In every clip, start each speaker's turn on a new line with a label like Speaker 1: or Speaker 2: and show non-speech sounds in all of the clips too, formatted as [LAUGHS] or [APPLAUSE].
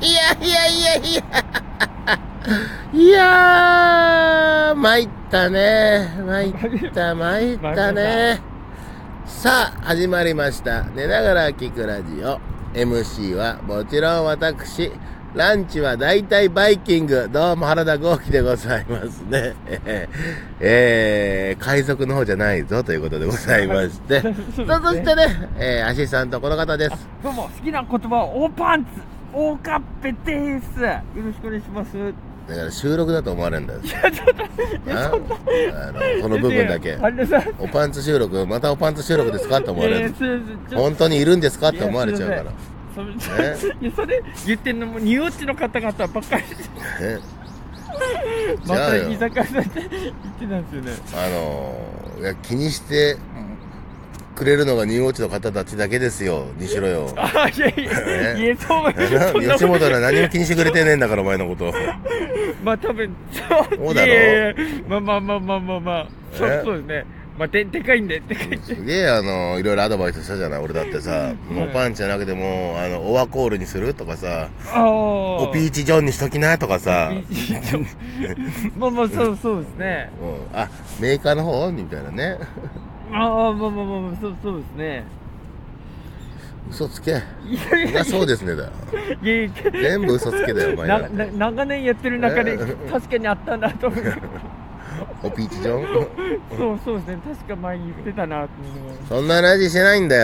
Speaker 1: いやいやいやいや。 [LAUGHS] いやー、参ったね。参った、参ったね。さあ、始まりました。寝ながら聞くラジオ。MC はもちろん私。ランチは大体バイキング。どうも原田豪輝でございますね。 [LAUGHS] えーえー、海賊の方じゃないぞということでございま
Speaker 2: [LAUGHS]
Speaker 1: して。
Speaker 2: そ
Speaker 1: そう
Speaker 2: ですね
Speaker 1: そしてね、えーアシスタントこの方です。
Speaker 2: どうも好きな言葉はオーパンツオーカッペですよろしくお願いしますい
Speaker 1: だから収録だと思われるんだよ。
Speaker 2: やちょっと
Speaker 1: なあのこの部分だけ
Speaker 2: あれさ
Speaker 1: おパンツ収録またおパンツ収録ですかって思われる
Speaker 2: いやいやすいませんちょっ
Speaker 1: 本当にいるんですかって思われちゃうか
Speaker 2: いや
Speaker 1: ら
Speaker 2: とそれ
Speaker 1: ね
Speaker 2: いやそれ言ってんのもニオッチの方々ばっかり
Speaker 1: ね
Speaker 2: また
Speaker 1: 違うよ
Speaker 2: 居酒屋さんで言ってたんですよね
Speaker 1: あのいや気にしてくれるのがニューオーチの方たちだけですよにしろよな
Speaker 2: あいやいや
Speaker 1: ね
Speaker 2: 言えそうそんな
Speaker 1: 吉
Speaker 2: こ
Speaker 1: 本
Speaker 2: と
Speaker 1: ら何も気にしてくれてねえんだからお前の
Speaker 2: [LAUGHS]
Speaker 1: こと
Speaker 2: まあ多分そう
Speaker 1: そうだろ
Speaker 2: いやいやいやまあまあまあまあまあまあそう
Speaker 1: ね
Speaker 2: そうですねまあででかいんででかいんです
Speaker 1: げえあのいろいろアドバイスしたじゃない俺だってさもうパンチじゃなくてもうあのオアコールにするとかさ
Speaker 2: ああ
Speaker 1: おピーチジョンにしときなとかさ
Speaker 2: まあまあそうそうですね
Speaker 1: うんあメーカーの方みたいなね
Speaker 2: ああまあまあまあまあそうそうですね
Speaker 1: 嘘つけ
Speaker 2: いやい
Speaker 1: い
Speaker 2: や
Speaker 1: やそうですねだよ
Speaker 2: いやいや
Speaker 1: 全部嘘つけだよお前
Speaker 2: な
Speaker 1: ら
Speaker 2: な長年やってる中で
Speaker 1: うん
Speaker 2: 確かにあったなと思って
Speaker 1: おピーチジョン
Speaker 2: そうそうですね確か前に言ってたなって思います
Speaker 1: そんな話してないんだ
Speaker 2: あ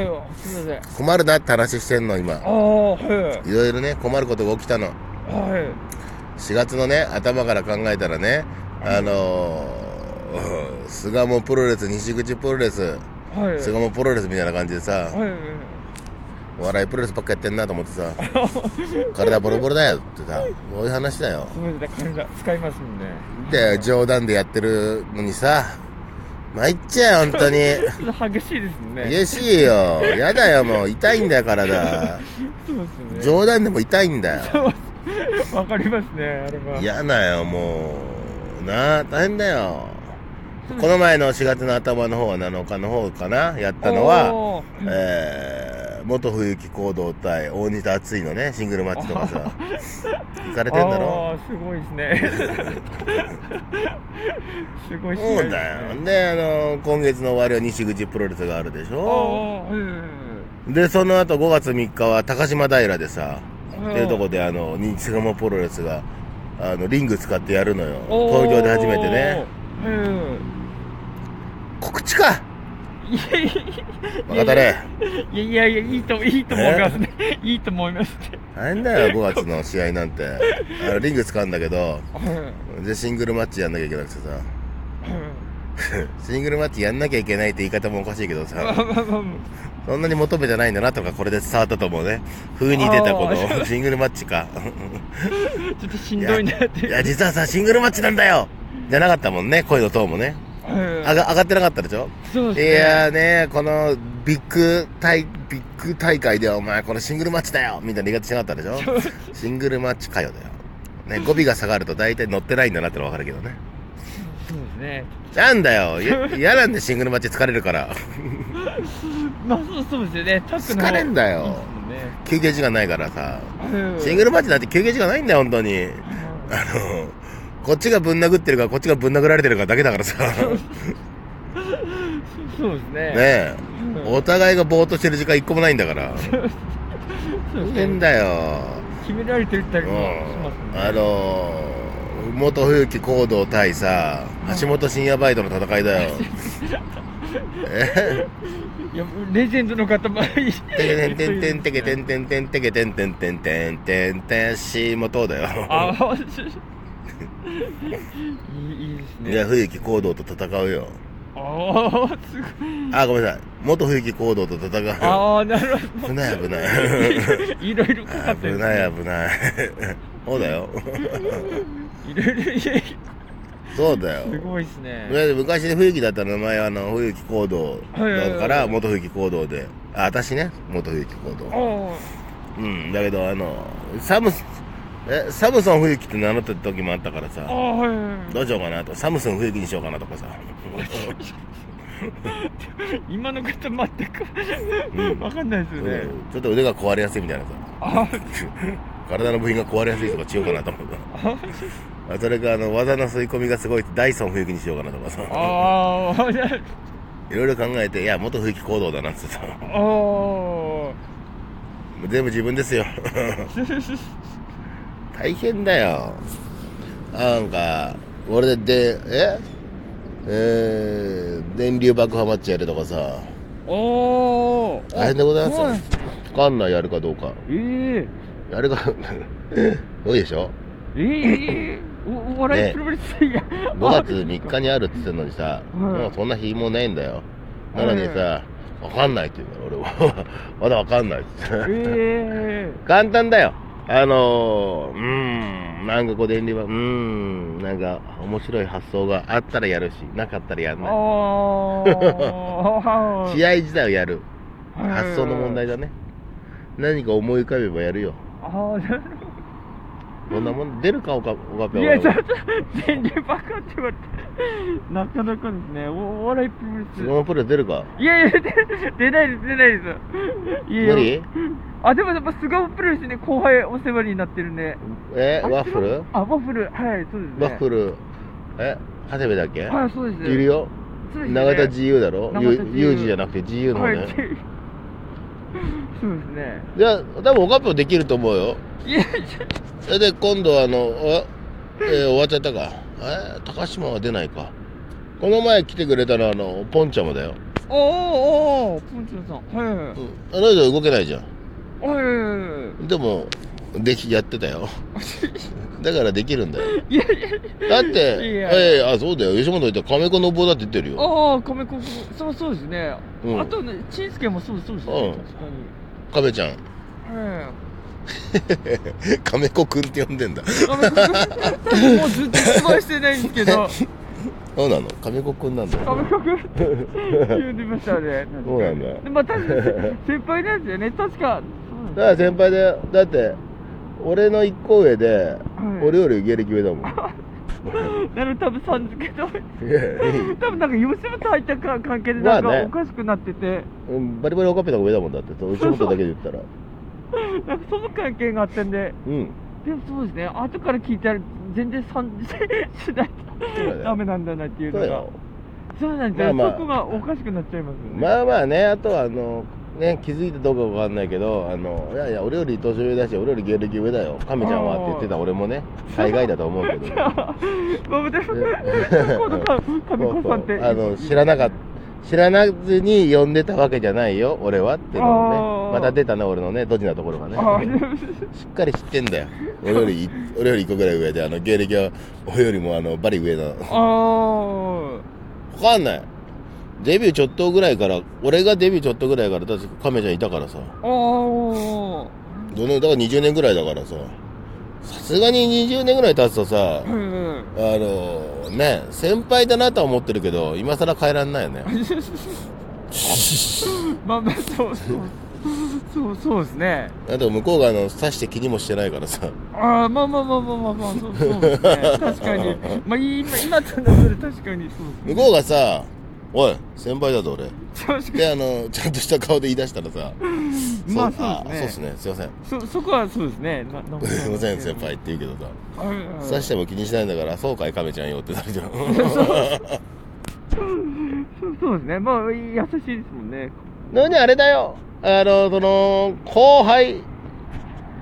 Speaker 1: よ
Speaker 2: はいすいません
Speaker 1: 困るなって話してんの今
Speaker 2: ああはい
Speaker 1: いろいろね困ることが起きたの
Speaker 2: はい
Speaker 1: 4月のね頭から考えたらねあのー、巣鴨プロレス西口プロレス
Speaker 2: はい
Speaker 1: 巣鴨プロレスみたいな感じでさ
Speaker 2: はいはい
Speaker 1: お笑いプロレスばっかやってんなと思ってさ体ボロボロだよってさそういう話だよ
Speaker 2: すみません体使いますんで
Speaker 1: で冗談でやってるのにさ参っちゃうよ本当に
Speaker 2: ちょっと激しいですね
Speaker 1: 嬉しいよ。やだよ、もう。痛いんだよ、体。
Speaker 2: そうですね
Speaker 1: 冗談でも痛いんだよ。
Speaker 2: わかりますねあれは
Speaker 1: 嫌だよ、もう。なあ、大変だよ。この前の4月の頭の方は7日の方かなやったのは、
Speaker 2: おー
Speaker 1: えー、元冬木行動対大西田厚いのね、シングルマッチとかさ。行かれてんだろ
Speaker 2: ああすごいですね [LAUGHS] すごい試合
Speaker 1: そ
Speaker 2: ですね
Speaker 1: うだよ。で、あの、今月の終わりは西口プロレスがあるでし
Speaker 2: あ
Speaker 1: ょ
Speaker 2: あうん
Speaker 1: で、その後5月3日は高島平でさ、
Speaker 2: うん
Speaker 1: っていうとこで、あの、ニチガモプロレスが、あの、リング使ってやるのよ。
Speaker 2: おー
Speaker 1: 東京で初めてね。
Speaker 2: うん
Speaker 1: 告知か
Speaker 2: いやい
Speaker 1: 若田れ。
Speaker 2: やいやいやいいといいと思いますねいいと思いますね
Speaker 1: なんだよ、5月の試合なんて。あの、リング使うんだけど、
Speaker 2: うん
Speaker 1: で、シングルマッチやんなきゃいけなくてさ。シングルマッチやんなきゃいけないって言い方もおかしいけどさ、
Speaker 2: うん
Speaker 1: そんなに求めてないんだなとか、これで伝わったと思うね。風に出たこ
Speaker 2: あー
Speaker 1: のシングルマッチか。
Speaker 2: ちょっとしんどいなっ
Speaker 1: い
Speaker 2: て
Speaker 1: や、実はさ、シングルマッチなんだよじゃなかったもんね、声のトーンもね。
Speaker 2: うん
Speaker 1: 上が上がってなかったでしょ
Speaker 2: そう
Speaker 1: い
Speaker 2: ですね
Speaker 1: やーね、このビッグ大、ビッグ大会ではお前このシングルマッチだよみたいな言い方しなかったでしょ
Speaker 2: そう
Speaker 1: シングルマッチかよだよ。ね、語尾が下がると大体乗ってないんだなってのはわかるけどね。
Speaker 2: そうですね
Speaker 1: なんだよや嫌なんでシングルマッチ疲れるから。
Speaker 2: まあそうそうですよねタックの
Speaker 1: 疲れんだよ休憩時間ないからさ。シング
Speaker 2: ル
Speaker 1: ルマッチなんて休憩時間ないんだよ、本当に。あの、こっちがぶん殴ってるか、こっちがぶん殴られてるかだけだからさ。
Speaker 2: そうですね
Speaker 1: ねえ。お互いがぼーっとしてる時間一個もないんだから。
Speaker 2: そうで
Speaker 1: 大
Speaker 2: すね
Speaker 1: 変だよ。
Speaker 2: 決められてるってありま
Speaker 1: うん、あ
Speaker 2: すね
Speaker 1: のー、元冬木行動対さ橋本深夜バイトの戦いだよ。え
Speaker 2: いやレジェンドの方もい
Speaker 1: て
Speaker 2: い
Speaker 1: けてんてんてんてけてんてんてんてけてんてんてんてんてんてんしもとうだ
Speaker 2: あ
Speaker 1: よ。
Speaker 2: あ、いいいいですね。
Speaker 1: いや冬木行動と戦うよ。
Speaker 2: ああ、すごい。
Speaker 1: あごめんなさい元冬木行動と戦うよ。
Speaker 2: ああ、なるほ
Speaker 1: 危ない危ない。
Speaker 2: ど。いろいろかかっ
Speaker 1: 危
Speaker 2: てる。
Speaker 1: ない危ない。そうだよ。
Speaker 2: いろいろ、いやいや
Speaker 1: そうだよ。
Speaker 2: すごいですね。
Speaker 1: ね昔で冬木だったら名前はあの冬木行動だから元冬木行動であ私ね元冬木行
Speaker 2: あ
Speaker 1: 動
Speaker 2: あ、
Speaker 1: うんだけどあのサムえサムソン冬木って名乗ってた時もあったから
Speaker 2: ああ、
Speaker 1: さ
Speaker 2: は
Speaker 1: どうしようかなとサムソン冬木にしようかなとかさ
Speaker 2: い。今の方全
Speaker 1: うん
Speaker 2: くわかんないですよね。
Speaker 1: うんちょっと腕が壊れやすいみたいなさ
Speaker 2: ああ、
Speaker 1: 体の部品が壊れやすいとかしようかなと思ったあそれかあの技の吸い込みがすごいってダイソン冬木にしようかなとかさ
Speaker 2: あー
Speaker 1: いろいろ考えていや元冬木行動だなっつってさ
Speaker 2: おー
Speaker 1: 全部自分ですよ大変だよなんか俺でええー、電流爆破マッチやるとかさ
Speaker 2: おー
Speaker 1: 大変でございますよ
Speaker 2: お
Speaker 1: 分かんないやるかどうか
Speaker 2: えー、
Speaker 1: やるか [LAUGHS] どうでしょ
Speaker 2: えー、
Speaker 1: [LAUGHS]
Speaker 2: おお笑いプロレスや
Speaker 1: 5月3日に
Speaker 2: [LAUGHS]
Speaker 1: あるって言ってんのにさ、
Speaker 2: い
Speaker 1: もうそんな日もないんだよ。なのにさ、わかんないって言うから、俺は。 [LAUGHS] まだわかんないって言って。
Speaker 2: え
Speaker 1: 簡単だよ。あのー、うーん、なんかこう電流は、うーん、なんか面白い発想があったらやるし、なかったらやん [LAUGHS]
Speaker 2: ー、
Speaker 1: ない。
Speaker 2: おー [LAUGHS]
Speaker 1: 試合自体をやる。
Speaker 2: はい
Speaker 1: 発想の問題だね。何か思い浮かべばやるよ。
Speaker 2: あーなるほど
Speaker 1: こんなもん、出るか、オカオカペ
Speaker 2: い
Speaker 1: は
Speaker 2: や、ちょっと、全然バカって言われて、なかなかですね、おお笑いプロレ
Speaker 1: こ
Speaker 2: ス。
Speaker 1: のプレー出るか。
Speaker 2: いやいや、出出ないです、出ないです。いやいや
Speaker 1: 無理
Speaker 2: あ、でもやっぱ、菅生プロレスに後輩お世話になってるね。
Speaker 1: え
Speaker 2: あ
Speaker 1: ワッフル
Speaker 2: あ、ワッフル、はい、そうですね。
Speaker 1: ワッフル、え長谷部だっけ
Speaker 2: はい、そうです。
Speaker 1: いるよ。
Speaker 2: そうですね
Speaker 1: 永田 GU だろ
Speaker 2: 永田 GU
Speaker 1: ユージじゃなくて GU の方
Speaker 2: はい
Speaker 1: ね。
Speaker 2: そうですね。
Speaker 1: じゃあ、多分オカップできると思うよ。
Speaker 2: いや、ちょっ
Speaker 1: えで、今度はあの、おえー終わっちゃったか。えー高島は出ないか。この前来てくれたのはあの、ポンちゃんもだよ。
Speaker 2: と、おーおー、ポンチョンさん。はいはいは
Speaker 1: うん。
Speaker 2: い
Speaker 1: あの人動けないじゃ
Speaker 2: はいはいはいは
Speaker 1: ん。でも、でき、やってた
Speaker 2: [LAUGHS]
Speaker 1: よ。だからできるんだよ。
Speaker 2: い。いやいや、
Speaker 1: だって、
Speaker 2: いや
Speaker 1: えーあ、そうだよ。吉本行ったら亀子の棒だって言ってるよ。
Speaker 2: ああ、亀子、そうそうですね。
Speaker 1: うん
Speaker 2: あとね、チーズケもそうそうですね。
Speaker 1: うん
Speaker 2: 確かに。
Speaker 1: 亀ちゃん。
Speaker 2: え
Speaker 1: 亀子くんって呼んでんだ。
Speaker 2: え亀子、もうずっと失敗してないんですけど、
Speaker 1: そうなの亀子くんなんだよ。
Speaker 2: 亀子くんって呼んでましたね。
Speaker 1: そうなんだ。
Speaker 2: でまあ、確かに先輩なんですよね。確か。そう
Speaker 1: だから先輩だよだって俺の一個上で、俺より芸歴上だもん
Speaker 2: なる多分さん付けと、
Speaker 1: いやいい
Speaker 2: 多分なんか吉本入ったか関係でなんか
Speaker 1: まあね
Speaker 2: おかしくなってて、
Speaker 1: うんバリバリオカペの方が上だもんだってそう吉本だけで言ったら
Speaker 2: なんかその関係があったんで、
Speaker 1: うん
Speaker 2: でもそうですね。後から聞いたら全然さん [LAUGHS] しない
Speaker 1: そうだ
Speaker 2: と
Speaker 1: よ
Speaker 2: ダメなんだなっていう
Speaker 1: そう
Speaker 2: の
Speaker 1: だ
Speaker 2: が。
Speaker 1: よ
Speaker 2: そうなんですよ、
Speaker 1: まあまあ
Speaker 2: そこがおかしくなっちゃいますよね。
Speaker 1: まあまあねあとはあのね気づいてどうかわかんないけどあのいやいや俺より年上だし俺より芸歴上だよ亀ちゃんはって言ってた俺もね大概だと思うけど
Speaker 2: [LAUGHS] まあ、でも、今度か、金子さんって。
Speaker 1: あの知らなかった知らなずに呼んでたわけじゃないよ俺はっていうのをね
Speaker 2: あー
Speaker 1: また出たね俺のねドジなところがね
Speaker 2: あでも
Speaker 1: しっかり知ってんだよ俺より俺より1個ぐらい上であの芸歴は俺よりもあのバリ上なのわ
Speaker 2: あ
Speaker 1: かんないデビューちょっとぐらいから俺がデビューちょっとぐらいから確か亀ちゃんいたからさ
Speaker 2: ー、あ
Speaker 1: どのだから20年ぐらいだからささすがに20年ぐらい経つとさ
Speaker 2: ー、うん。
Speaker 1: あのね先輩だなとは思ってるけど今更変えらんないよね
Speaker 2: [LAUGHS] まあまあ、そうそう。そうそうですね。
Speaker 1: あと向こうがあの刺して気にもしてないから [LAUGHS] さ
Speaker 2: ああ、まあまあまあまあまあまあ、そうそうですね。確かに。まあ、今、今となったら確かにそう
Speaker 1: 向こうがさ「おい先輩だぞ俺」
Speaker 2: です。確か
Speaker 1: であのちゃんとした顔で言い出したらさ
Speaker 2: に。まあ、そう
Speaker 1: あそう
Speaker 2: で
Speaker 1: っ
Speaker 2: す
Speaker 1: す
Speaker 2: ね。
Speaker 1: ねすいません
Speaker 2: そ、そこはそうですね。ななんか
Speaker 1: すいません先輩って言うけどさ、
Speaker 2: はいはい
Speaker 1: 刺しても気にしないんだからそうかい亀ちゃんよってなるじゃ [LAUGHS] ん
Speaker 2: そうそうですね、まあ優しいですもんね。
Speaker 1: なにあれだよあのその後輩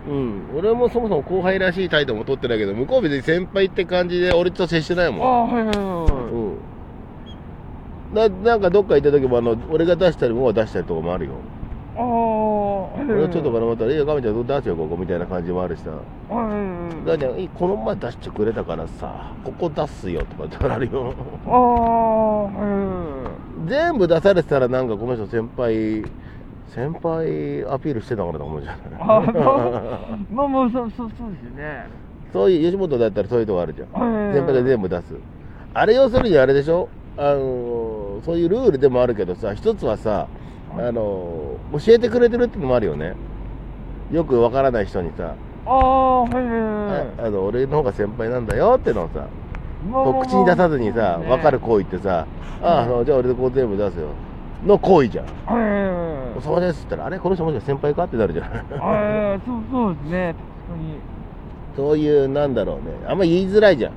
Speaker 1: うん俺もそもそも後輩らしい態度も取ってないけど向こう別に先輩って感じで俺と接してない
Speaker 2: あ
Speaker 1: もん
Speaker 2: あ、はいはいは
Speaker 1: うんななんかどっか行った時もあの俺が出したりも出したりとかもあるよ、
Speaker 2: い。ああ、はいはい
Speaker 1: 俺がちょっと絡まったら「いや亀ちゃん出せよここ」みたいな感じもあるしさ「
Speaker 2: はいはいはい
Speaker 1: ガちゃんいいこの前出してくれたからさここ出すよ」とかってあるよ
Speaker 2: ああ、はいはいはい
Speaker 1: 全部出されてたらなんかこの人先輩先輩アピールしてたからだと思うじゃ
Speaker 2: あー
Speaker 1: ない
Speaker 2: まあまあ、そうそうそうですよね。
Speaker 1: そういう吉本だったらそういうとこあるじゃん
Speaker 2: はい
Speaker 1: 先輩が全部出すあれ要するにあれでしょあのそういうルールでもあるけどさ一つはさあの教えてくれてるってのもあるよねよくわからない人にさ、
Speaker 2: ああ、はいはいはい
Speaker 1: ああの俺の方が先輩なんだよってのをさ
Speaker 2: まあまあまあ。
Speaker 1: こう口に出さずにさ
Speaker 2: そうですね
Speaker 1: 分かる。行為ってさ「ああのじゃあ俺でこう全部出すよ」の行為じゃん
Speaker 2: はいはいはい
Speaker 1: お。そうですって言ったら、あれこの人もしかして先輩かってなるじゃん。
Speaker 2: ああ、そうそうですね。当
Speaker 1: [LAUGHS] そ
Speaker 2: に。
Speaker 1: ういう、なんだろうね。あんま言いづらいじゃん。
Speaker 2: う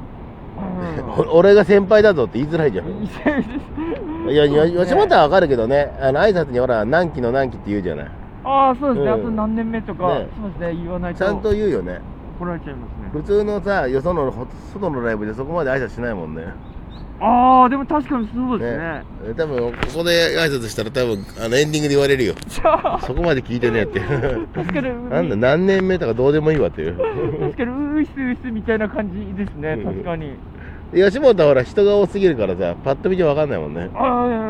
Speaker 1: お俺が先輩だぞって言いづらいじゃん。
Speaker 2: ん
Speaker 1: いや、よ吉本はわかるけどね、あの、挨拶にほら、何期の何期って言うじゃない。
Speaker 2: ああ、そうですね、
Speaker 1: うん
Speaker 2: あと何年目とか、
Speaker 1: ね
Speaker 2: そうですね、言わない
Speaker 1: ちゃ
Speaker 2: と
Speaker 1: んと言うよね。
Speaker 2: 怒られちゃいますね。
Speaker 1: 普通のさ、よその、ほ外のライブでそこまで挨拶しないもんね。
Speaker 2: ああ、でも確かにそうですね。
Speaker 1: ね。多分、ここで挨拶したら多分、あの、エンディングで言われるよ。そこまで聞いてねえって。
Speaker 2: 確かに、
Speaker 1: なんだ、何年目とかどうでもいいわっていう。 [LAUGHS]
Speaker 2: 確かに、うーいすういすみたいな感じですね、
Speaker 1: うん
Speaker 2: 確かに。
Speaker 1: 吉本はほら、人が多すぎるからさ、パッと見じゃわかんないもんね。
Speaker 2: ああ、いやいや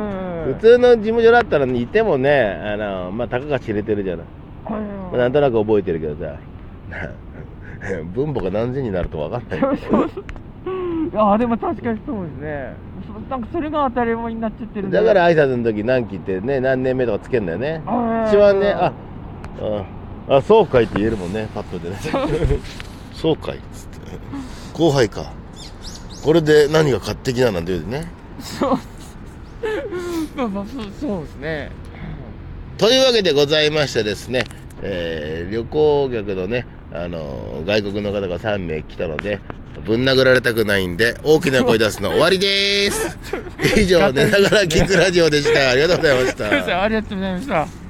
Speaker 2: いや
Speaker 1: 普通の事務所だったら、いてもね、あの、まあ、たかが知れてるじゃない。まあ、なんとなく覚えてるけどさ、 [LAUGHS] な分母が何千になると分かんない。
Speaker 2: [LAUGHS] ああ、でも確かにそうですね。そなんかそれが当たり前になっちゃってるんで
Speaker 1: だか、ら挨拶の時何期ってね、何年目とかつけんだよね。
Speaker 2: あー
Speaker 1: 一番ね、あ、あ、あそうかいって言えるもんね、パッとでね。 [LAUGHS] そうかいっつって。後輩か。これで何が勝手きななんて言うでね。
Speaker 2: そうまあまあそうそうですね。
Speaker 1: というわけでございましてですね、えー旅行客のね、あのー外国の方が3名来たので、ぶん殴られたくないんで、大きな声出すの終わり [LAUGHS] [LAUGHS] です。以上、寝ながら聞くラジオでした。ありがとうございまし
Speaker 2: そうですね
Speaker 1: た。
Speaker 2: ありがとうございました。